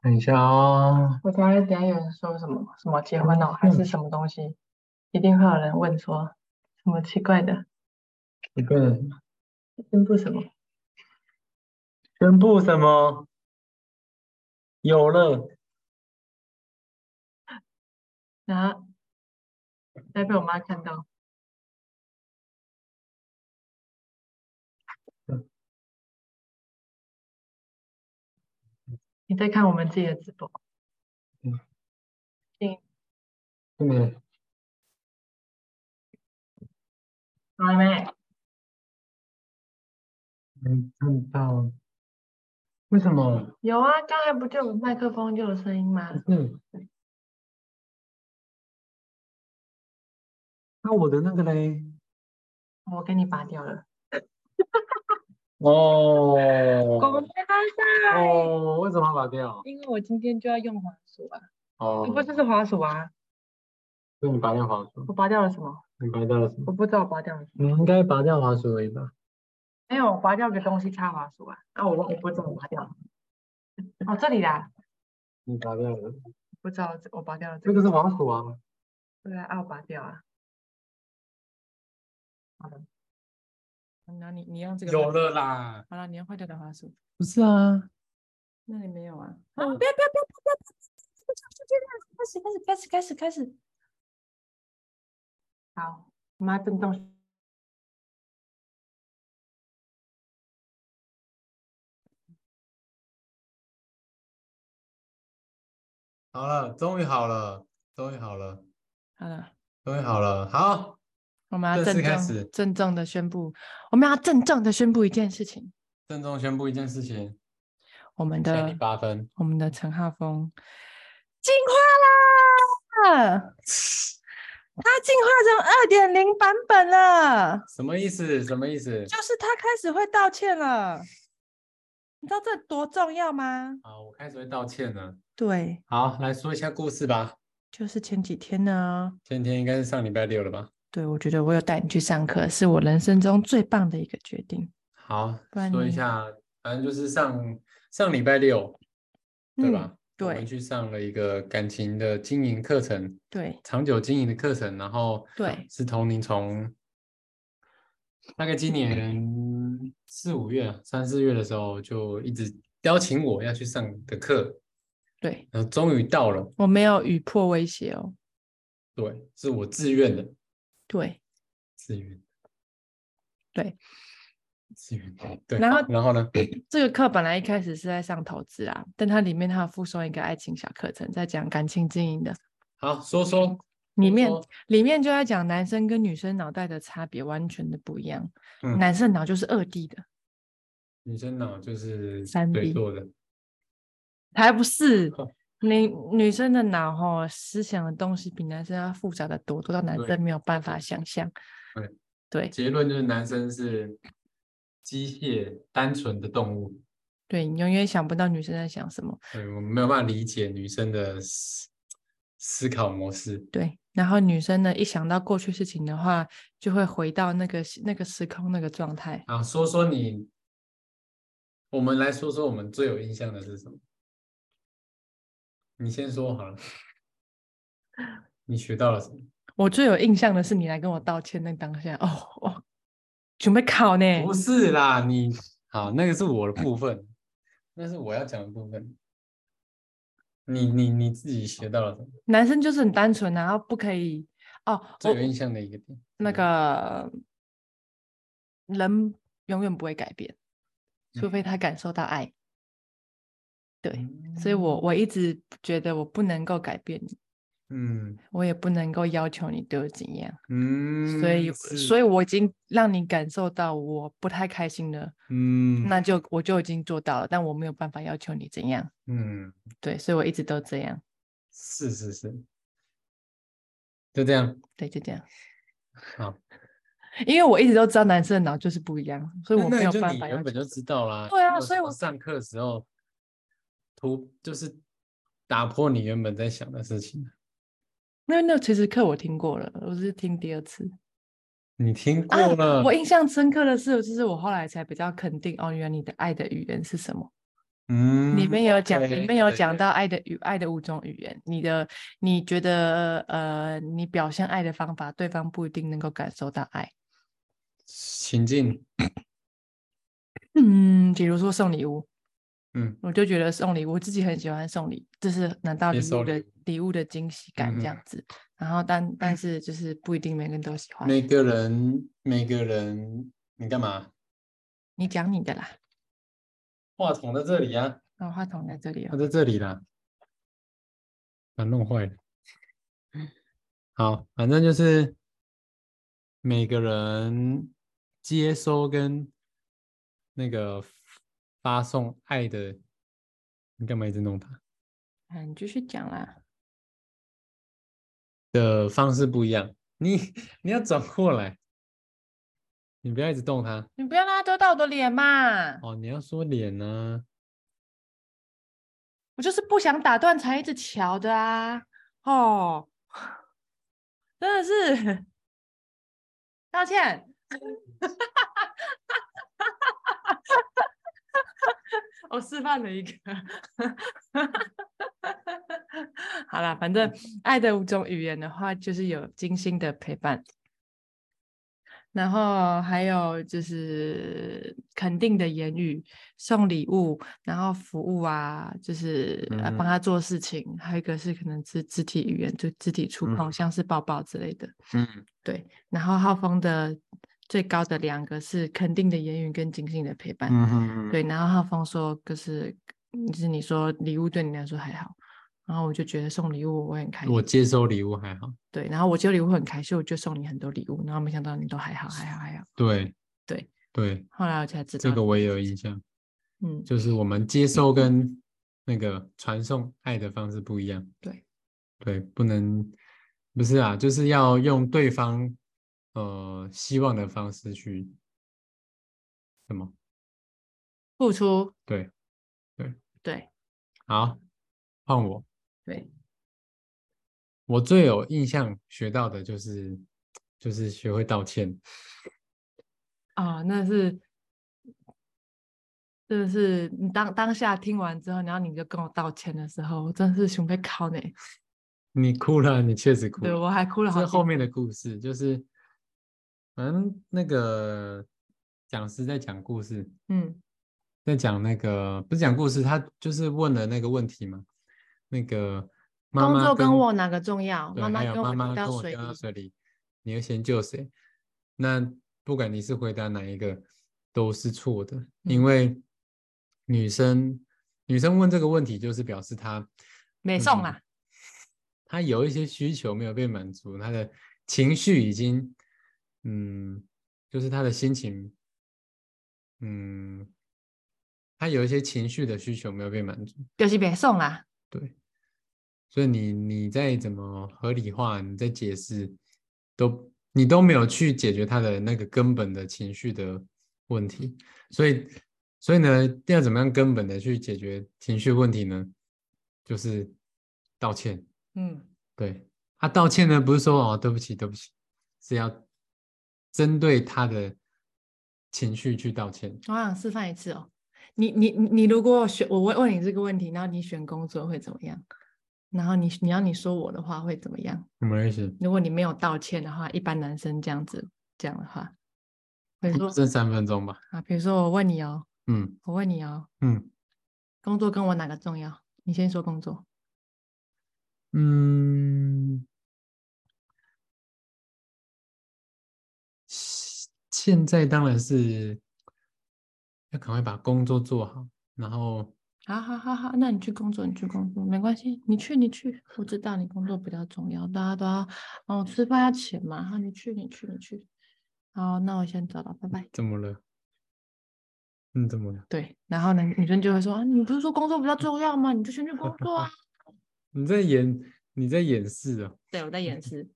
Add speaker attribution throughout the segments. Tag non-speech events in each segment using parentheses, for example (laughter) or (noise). Speaker 1: 看一下啊、
Speaker 2: 我刚才等下有人说什么什么结婚哦，还是什么东西，一定会有人问说什么奇怪的
Speaker 1: 一个
Speaker 2: 宣布什么？
Speaker 1: 宣布什么？有了，
Speaker 2: 然后再被我妈看到，你在看我们自己的直播，
Speaker 1: 对不对？
Speaker 2: 好了没？
Speaker 1: 没看到，为什么？
Speaker 2: 有啊，刚才不就有麦克风就有声音吗？
Speaker 1: 嗯，那我的那个嘞？
Speaker 2: 我给你拔掉了。
Speaker 1: 哦，
Speaker 2: 们发
Speaker 1: 哦，为什么要拔掉？
Speaker 2: 因为我今天就要用滑鼠啊，
Speaker 1: 哦，
Speaker 2: 不是是滑鼠啊，
Speaker 1: 那你拔掉滑鼠，
Speaker 2: 我拔掉了什么？
Speaker 1: 你拔掉了什么？
Speaker 2: 我不知道我拔掉了什么，
Speaker 1: 你应该拔掉滑鼠而已吧？
Speaker 2: 没有，我拔掉个东西插滑鼠啊，啊，我忘我不知道我拔掉了。哦，这里啦，
Speaker 1: 你拔掉了，
Speaker 2: 不知道我拔掉了
Speaker 1: 这
Speaker 2: 这
Speaker 1: 个
Speaker 2: 个，
Speaker 1: 是滑鼠啊。
Speaker 2: 对啊，啊我拔掉啊。好的，那你你用这个，
Speaker 1: 了啦。
Speaker 2: 好了，你用坏掉的滑鼠，
Speaker 1: 不是啊，
Speaker 2: 那你没有啊？
Speaker 3: 啊！不要不要不要不要不要！开始开始开始开始开始！
Speaker 2: 好，我们要震动，
Speaker 4: 好了，终于好了，终于好了，
Speaker 3: 好了，
Speaker 4: 终于好了。好，
Speaker 3: 我们要
Speaker 4: 正
Speaker 3: 郑
Speaker 4: 式开始
Speaker 3: 重郑重的宣布，我们要郑重的宣布一件事情：
Speaker 4: 郑重宣布一件事情，
Speaker 3: 我们
Speaker 4: 欠你
Speaker 3: 的
Speaker 4: 八分。
Speaker 3: 我们的陈浩峰进化啦！ (laughs) 他进化成二点零版本了，
Speaker 4: 什么意思？什么意思？
Speaker 3: 就是他开始会道歉了。你知道这多重要吗？
Speaker 4: 啊，我开始会道歉了。
Speaker 3: 对，
Speaker 4: 好，来说一下故事吧。
Speaker 3: 就是前几天呢，
Speaker 4: 今天应该是上礼拜六了吧？
Speaker 3: 对我觉得我有带你去上课，是我人生中最棒的一个决定。
Speaker 4: 好
Speaker 3: 不然，
Speaker 4: 说一
Speaker 3: 你
Speaker 4: 下，反正就是上上礼拜六，对
Speaker 3: 嗯
Speaker 4: 吧？我们
Speaker 3: 对
Speaker 4: 去上了一个感情的经营课程，
Speaker 3: 对
Speaker 4: 长久经营的课程，然后
Speaker 3: 对
Speaker 4: 是从您从大概今年四五月、啊三四月的时候就一直邀请我要去上的课，
Speaker 3: 对，
Speaker 4: 然后终于到了，
Speaker 3: 我没有语破威胁哦。
Speaker 4: 对，是我自愿的，
Speaker 3: 对
Speaker 4: 自愿的，
Speaker 3: 对，
Speaker 4: 自愿的，对。
Speaker 3: 然后
Speaker 4: 然后呢？
Speaker 3: 这个课本来一开始是在上投资啊，但它里面它有附送一个爱情小课程，在讲感情经营的，
Speaker 4: 好，说说
Speaker 3: 里
Speaker 4: 我
Speaker 3: 面
Speaker 4: 说
Speaker 3: 里面就在讲男生跟女生脑袋的差别完全的不一样，
Speaker 4: 嗯
Speaker 3: 男生脑就是二 D 的，
Speaker 4: 女生脑就是
Speaker 3: 三
Speaker 4: 对
Speaker 3: B
Speaker 4: 做的，
Speaker 3: 才不
Speaker 4: (laughs)
Speaker 3: 是。女女生的脑吼思想的东西比男生要复杂的多，多到男
Speaker 4: 对
Speaker 3: 生没有办法想象。
Speaker 4: 对
Speaker 3: 对
Speaker 4: 结论就是男生是机械单纯的动物，
Speaker 3: 对，你永远想不到女生在想什么。
Speaker 4: 对我们没有办法理解女生的思思考模式。
Speaker 3: 对，然后女生呢，一想到过去事情的话，就会回到那个那个时空那个状态。
Speaker 4: 啊，说说你，我们来说说我们最有印象的是什么？你先说好了，你学到了什么？
Speaker 3: 我最有印象的是你来跟我道歉那当下，哦哦，准备考呢，
Speaker 4: 不是啦，你好，那个是我的部分，那是我要讲的部分。你你你自己学到了什么？
Speaker 3: 男生就是很单纯，啊然后不可以哦，
Speaker 4: 最
Speaker 3: 我
Speaker 4: 有印象的一个点，
Speaker 3: 那
Speaker 4: 嗯
Speaker 3: 个人永远不会改变，除
Speaker 4: 嗯
Speaker 3: 非他感受到爱。对，所以我我一直觉得我不能够改变你，
Speaker 4: 嗯
Speaker 3: 我也不能够要求你对我怎样。
Speaker 4: 嗯，
Speaker 3: 所以，所
Speaker 4: 以
Speaker 3: 以我已经让你感受到我不太开心了，
Speaker 4: 嗯
Speaker 3: 那就我就已经做到了，但我没有办法要求你怎样。
Speaker 4: 嗯
Speaker 3: 对，所以我一直都这样。
Speaker 4: 是是是，就这样。
Speaker 3: 对，就这样。
Speaker 4: 好，
Speaker 3: 因为我一直都知道男生的脑就是不一样，所以
Speaker 4: 那
Speaker 3: 我
Speaker 4: 那
Speaker 3: 没有
Speaker 4: 就
Speaker 3: 办
Speaker 4: 你
Speaker 3: 法要
Speaker 4: 原
Speaker 3: 求
Speaker 4: 本。就知道啦。
Speaker 3: 对啊
Speaker 4: 如果
Speaker 3: 所以
Speaker 4: 说
Speaker 3: 我
Speaker 4: 上课的时候突就是打破你原本在想的事情。
Speaker 3: 那那其实课我听过了，我是听第二次。
Speaker 4: 你听过
Speaker 3: 啊
Speaker 4: 了，
Speaker 3: 我印象深刻的是，就是我后来才比较肯定哦，原来你的爱的语言是什么。
Speaker 4: 嗯，
Speaker 3: 里面有讲，
Speaker 4: 对
Speaker 3: 里面有
Speaker 4: 对
Speaker 3: 讲
Speaker 4: 对
Speaker 3: 到爱的语爱的五种语言。你的你觉得呃，你表现爱的方法，对方不一定能够感受到爱。
Speaker 4: 情境，
Speaker 3: 嗯，比如说送礼物，
Speaker 4: 嗯
Speaker 3: 我就觉得送礼物，我自己很喜欢送礼，这是拿到
Speaker 4: 接
Speaker 3: 礼
Speaker 4: 收
Speaker 3: 物
Speaker 4: 礼
Speaker 3: 的礼物的惊喜感这
Speaker 4: 嗯
Speaker 3: 样子。然后但但是就是不一定每个人都喜欢。
Speaker 4: 每个人每个人，你干嘛？
Speaker 3: 你讲你的啦，
Speaker 4: 话筒在这里啊，
Speaker 3: 那话筒在这里
Speaker 4: 它
Speaker 3: 哦。
Speaker 4: 在这里啦，把它弄坏了。好，反正就是每个人接收跟那个发送爱的，你干嘛一直弄它？
Speaker 3: 嗯，你继续讲啦。
Speaker 4: 的方式不一样，你你要转过来，你不要一直动它
Speaker 3: 你不要让他丢到我的脸嘛！
Speaker 4: 哦。你要说脸啊呢、
Speaker 3: 我就是不想打断才一直瞧的啊！哦， (laughs) 真的是道歉。 (laughs) 我示范了一个， (laughs) 好啦，反正爱的五种语言的话，就是有精心的陪伴，然后还有就是肯定的言语、送礼物，然后服务啊，就是呃帮
Speaker 4: 嗯
Speaker 3: 他做事情，还有一个是可能肢肢体语言，就肢体触
Speaker 4: 嗯
Speaker 3: 碰，像是抱抱之类的。
Speaker 4: 嗯，
Speaker 3: 对，然后浩峰的最高的两个是肯定的言语跟精心的陪伴。
Speaker 4: 嗯
Speaker 3: 对，，然后浩峰说，就是嗯就是你说礼物对你来说还好，然后我就觉得送礼物我很开心。
Speaker 4: 我接收礼物还好，
Speaker 3: 对，然后我接到礼物很开心，我就送你很多礼物，然后没想到你都还好，还好，还好。
Speaker 4: 对
Speaker 3: 对
Speaker 4: 对，
Speaker 3: 后来我才知道，
Speaker 4: 这个我也有印象，
Speaker 3: 嗯，
Speaker 4: 就是我们接收跟那个传送爱的方式不一样。
Speaker 3: 对
Speaker 4: 对，不能不是啊，就是要用对方呃希望的方式去什么？
Speaker 3: 付出，
Speaker 4: 对
Speaker 3: 对
Speaker 4: 好，换我。
Speaker 3: 对，
Speaker 4: 我最有印象学到的就是，就是学会道歉。
Speaker 3: 啊、那是。真的是你当当下听完之后，然后你就跟我道歉的时候，我真的是熊被敲呢。
Speaker 4: 你哭了，你确实哭
Speaker 3: 对，
Speaker 4: 了。
Speaker 3: 我还哭了
Speaker 4: 这
Speaker 3: 好
Speaker 4: 是
Speaker 3: 几
Speaker 4: 后面
Speaker 3: 次
Speaker 4: 的故事，就是反正那个讲师在讲故事，
Speaker 3: 嗯
Speaker 4: 在讲那个不是讲故事，他就是问了那个问题嘛。那个妈
Speaker 3: 工
Speaker 4: 妈
Speaker 3: 作跟我哪个重要
Speaker 4: 对
Speaker 3: 妈妈
Speaker 4: 还有
Speaker 3: 跟我
Speaker 4: 妈妈
Speaker 3: 丢到
Speaker 4: 跟我
Speaker 3: 水
Speaker 4: 丢到
Speaker 3: 里
Speaker 4: 水里，你要先救谁？那不管你是回答哪一个，都是错的，因
Speaker 3: 嗯
Speaker 4: 为女生女生问这个问题，就是表示她
Speaker 3: 没
Speaker 4: 嗯
Speaker 3: 送啦，
Speaker 4: 她有一些需求没有被满足，她的情绪已经，嗯，就是她的心情，嗯，她有一些情绪的需求没有被满足，
Speaker 3: 就是没送啦。
Speaker 4: 对，所以你你再怎么合理化，你再解释，都你都没有去解决他的那个根本的情绪的问题。所以，所以呢，要怎么样根本的去解决情绪问题呢？就是道歉。
Speaker 3: 嗯，
Speaker 4: 对，他道歉呢，不是说哦对不起对不起，是要针对他的情绪去道歉。
Speaker 3: 我想示范一次哦。你你你你如果选我问问你这个问题，然后你选工作会怎么样？然后你你要你说我的话会怎么样？
Speaker 4: 什么意思？
Speaker 3: 如果你没有道歉的话，一般男生这样子这样的话，比如说
Speaker 4: 剩三分钟吧。
Speaker 3: 啊，比如说我问你哦，
Speaker 4: 嗯
Speaker 3: 我问你哦，
Speaker 4: 嗯
Speaker 3: 工作跟我哪个重要？你先说工作，
Speaker 4: 嗯。现现在当然是要赶快把工作做好，然后
Speaker 3: 好好好好，那你去工作，你去工作，没关系，你去你去，我知道你工作比较重要，大家都要，哦，吃饭要钱嘛，好，你去你去你去，好，那我先走了，拜拜。
Speaker 4: 怎么了？嗯，怎么了？
Speaker 3: 对，然后呢，女生就会说啊，你不是说工作比较重要吗？你就先去工作啊。
Speaker 4: 你在演你在演示啊？
Speaker 3: (laughs) 对，我在掩 (laughs) 饰。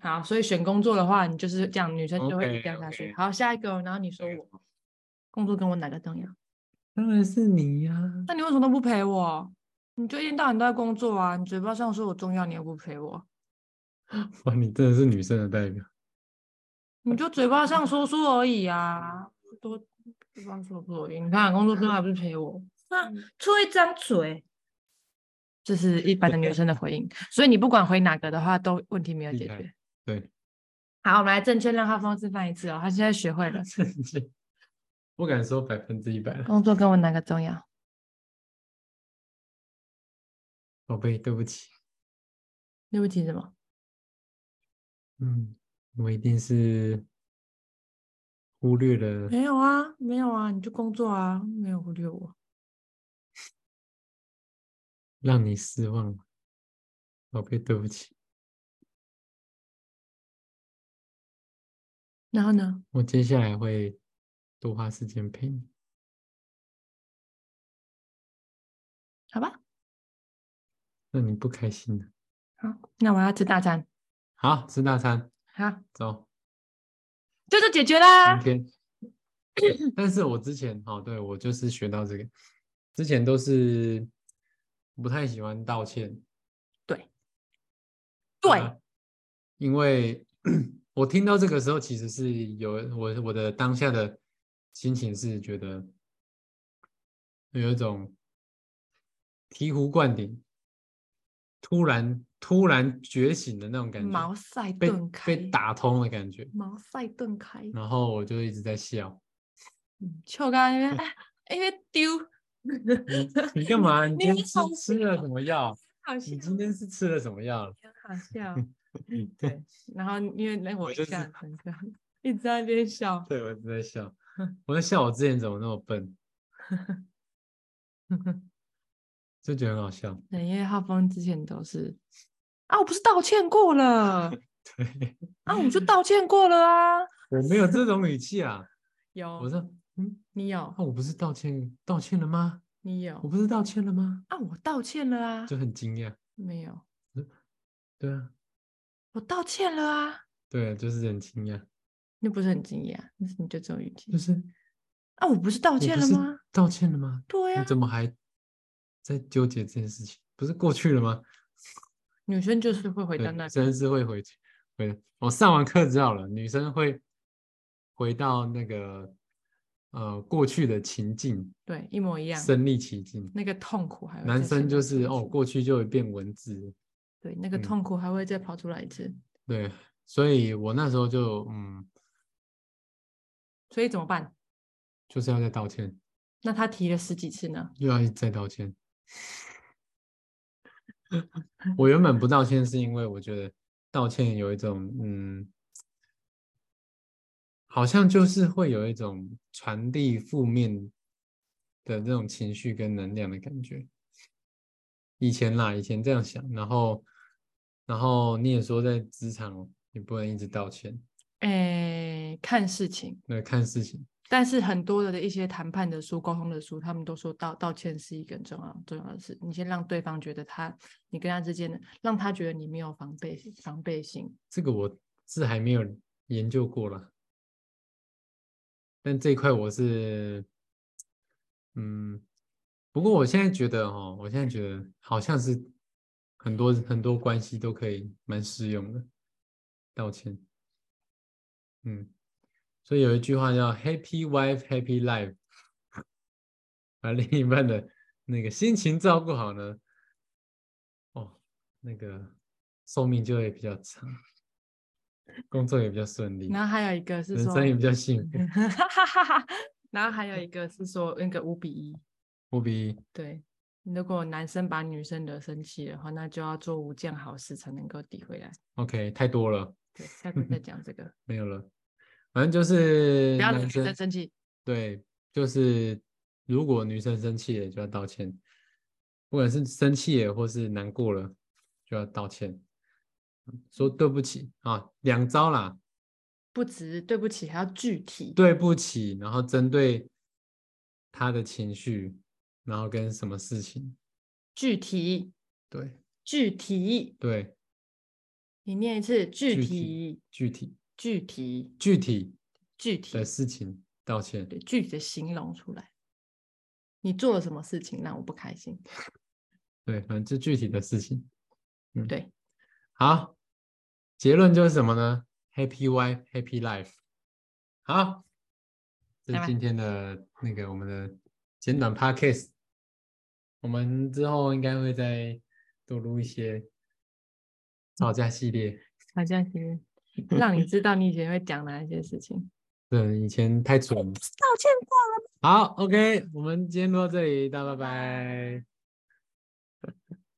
Speaker 3: 好，所以选工作的话，你就是这样，女生就会
Speaker 4: OK，
Speaker 3: 掉下去。
Speaker 4: OK
Speaker 3: 好，下一个哦，然后你说我工作跟我哪个重要？
Speaker 4: 当然是你呀、
Speaker 3: 那你为什么都不陪我？你就一天到晚都在工作啊，你嘴巴上说我重要，你又不陪我。
Speaker 4: 哇，你真的是女生的代表。 (laughs)
Speaker 3: 你就嘴巴上说说而已啊，多嘴巴上说说而已。你看工作之后还不是陪我？
Speaker 5: 啊，出一张嘴，
Speaker 3: 这是一般的女生的回应。所以你不管回哪个的话，都问题没有
Speaker 4: 厉
Speaker 3: 解
Speaker 4: 害
Speaker 3: 决。
Speaker 4: 对，
Speaker 3: 好，我们来正确让他风示范一次哦，他现在学会了。
Speaker 4: 正确，不敢说百分之一百了。
Speaker 3: 工作跟我哪个重要？
Speaker 4: 宝贝，对不起，
Speaker 3: 对不起，什么？
Speaker 4: 嗯，我一定是忽略了
Speaker 5: 没有啊，没有啊，你就工作啊，没有忽略我。
Speaker 4: 让你失望了，宝贝，对不起，
Speaker 5: 然后呢？
Speaker 4: 我接下来会多花时间陪你。
Speaker 3: 好吧，
Speaker 4: 让你不开心了。
Speaker 3: 好，那我要吃大餐。
Speaker 4: 好，吃大餐，
Speaker 3: 好，
Speaker 4: 走，
Speaker 3: 这就解决啦
Speaker 4: 明。天。 (coughs) 但是我之前哦，对我就是学到这个，之前都是不太喜欢道歉。
Speaker 5: 对，
Speaker 4: 啊因为 (clears throat) 我听到这个时候，其实是有我我的当下的心情是觉得有一种醍醐灌顶，突然突然觉醒的那种感觉，
Speaker 5: 茅塞
Speaker 4: 被
Speaker 5: 顿开，
Speaker 4: 被打通的感觉。
Speaker 5: 茅塞顿开。
Speaker 4: 然后我就一直在笑，
Speaker 3: 臭刚嗯那
Speaker 4: (laughs)
Speaker 3: 边，哎因为丢，
Speaker 5: (laughs)
Speaker 4: 你你干嘛？你
Speaker 3: 你
Speaker 4: 今天
Speaker 3: 很
Speaker 4: 吃
Speaker 3: 好
Speaker 4: 吃了什么药？
Speaker 3: 好
Speaker 4: 你
Speaker 3: 笑，
Speaker 4: 今天是吃了什么药？
Speaker 5: (laughs)
Speaker 3: 好
Speaker 4: (laughs)
Speaker 3: 笑。对，然后因为那我
Speaker 4: 就
Speaker 3: 印
Speaker 4: 是
Speaker 3: 象很深刻，一直在那边笑。
Speaker 4: 对，我一直在笑， (laughs) 我在笑我之前怎么那么笨，就觉得很好笑。 (laughs)
Speaker 3: 对，因为浩峰之前都是啊，我不是道歉过了
Speaker 4: 对，
Speaker 3: 啊，我就道歉过了啊。
Speaker 4: (laughs) 我没有这种语气啊，我
Speaker 3: 有，
Speaker 4: 说，嗯，
Speaker 3: 你有
Speaker 4: 啊，，我不是道歉道歉了吗？
Speaker 3: 你
Speaker 4: 我
Speaker 3: 有
Speaker 4: 不是道歉了吗？
Speaker 3: 啊，我道歉了啊，
Speaker 4: 就很惊讶，
Speaker 3: 没有，
Speaker 4: 对啊，
Speaker 3: 我道歉了啊，
Speaker 4: 对啊，就是很惊讶，
Speaker 3: 那不是很惊讶，那是你就这种语气
Speaker 4: 就是
Speaker 3: 啊，我不是道
Speaker 4: 我
Speaker 3: 歉
Speaker 4: 不
Speaker 3: 了
Speaker 4: 是
Speaker 3: 吗？
Speaker 4: 道歉了吗？
Speaker 3: 对啊呀、
Speaker 4: 你怎么还在纠结这件事情？不是过去了吗？
Speaker 3: 女生就是会回
Speaker 4: 对，
Speaker 3: 到那
Speaker 4: 女
Speaker 3: 边
Speaker 4: 生是会回去，回的我上完课之后了，女生会回到那个呃过去的情境，
Speaker 3: 对，一模一样，
Speaker 4: 身历其境。
Speaker 3: 那个痛苦还会
Speaker 4: 男
Speaker 3: 再
Speaker 4: 生
Speaker 3: 现
Speaker 4: 就
Speaker 3: 在
Speaker 4: 是
Speaker 3: 出
Speaker 4: 哦，
Speaker 3: 现
Speaker 4: 过去就会变文字，
Speaker 3: 对，那个
Speaker 4: 嗯
Speaker 3: 痛苦还会再跑出来一次，
Speaker 4: 对，所以我那时候就嗯，
Speaker 3: 所以怎么办？
Speaker 4: 就是要再道歉，
Speaker 3: 那他提了十几次呢？
Speaker 4: 又要再道歉。我原本不道歉，是因为我觉得道歉有一种嗯，好像就是会有一种传递负面的这种情绪跟能量的感觉。以前啦，以前这样想，然后，然后你也说在职场你不能一直道歉，
Speaker 3: 诶，看事情，
Speaker 4: 那看事情，
Speaker 3: 但是很多的一些谈判的书、沟通的书，他们都说道道歉是一个很重要重要的事。你先让对方觉得他，你跟他之间的，让他觉得你没有防备防备心。
Speaker 4: 这个我是还没有研究过啦，但这一块我是，嗯，不过我现在觉得哦，我现在觉得好像是很多很多关系都可以蛮适用的，道歉，嗯，所以有一句话叫 “Happy wife, happy life”，把另一半的那个心情照顾好呢，哦，那个寿命就会比较长，工作也比较顺利，
Speaker 3: 然后还有一个是
Speaker 4: 嗯人
Speaker 3: 说， (laughs)
Speaker 4: 生也比较幸福。
Speaker 3: 然后还有一个是说那个五比一，
Speaker 4: 我比
Speaker 3: 对，如果男生把女生惹生气的话，那就要做五件好事才能够抵回来。
Speaker 4: OK 太多了，
Speaker 3: 对，下次再讲这个，
Speaker 4: 没有了。反正就是
Speaker 3: 嗯不要
Speaker 4: 嗯
Speaker 3: 惹
Speaker 4: 男
Speaker 3: 女
Speaker 4: 生
Speaker 3: 生生气。
Speaker 4: 对，就是如果女生生气了就要道歉，不管是生气了或是难过了就要道歉，说对不起啊，两招啦，
Speaker 3: 不止对不起，还要具体。
Speaker 4: 对不起，然后针对他的情绪，然后跟什么事情，
Speaker 3: 具体，
Speaker 4: 对
Speaker 3: 具体，
Speaker 4: 对，
Speaker 3: 你念一次，具
Speaker 4: 具
Speaker 3: 体，
Speaker 4: 具体
Speaker 3: 具体，
Speaker 4: 具体
Speaker 3: 具体
Speaker 4: 的，事情道歉，
Speaker 3: 对，具体的形容出来。你做了什么事情让我不
Speaker 4: (laughs)
Speaker 3: 开心？
Speaker 4: 对，反正就具体的事情。嗯
Speaker 3: 对，
Speaker 4: 好，结论就是什么呢？Happy wife, happy life。好，这
Speaker 3: 拜
Speaker 4: 是
Speaker 3: 拜
Speaker 4: 今天的那个我们的简短 podcast。我们之后应该会再多录一些吵架系列。
Speaker 3: 好像
Speaker 4: (laughs)
Speaker 3: 也让你知道你以前会讲哪一些事情。
Speaker 4: 对，以前太蠢了。
Speaker 5: 道歉
Speaker 4: 好，OK，我们今天录到这里，大家拜拜。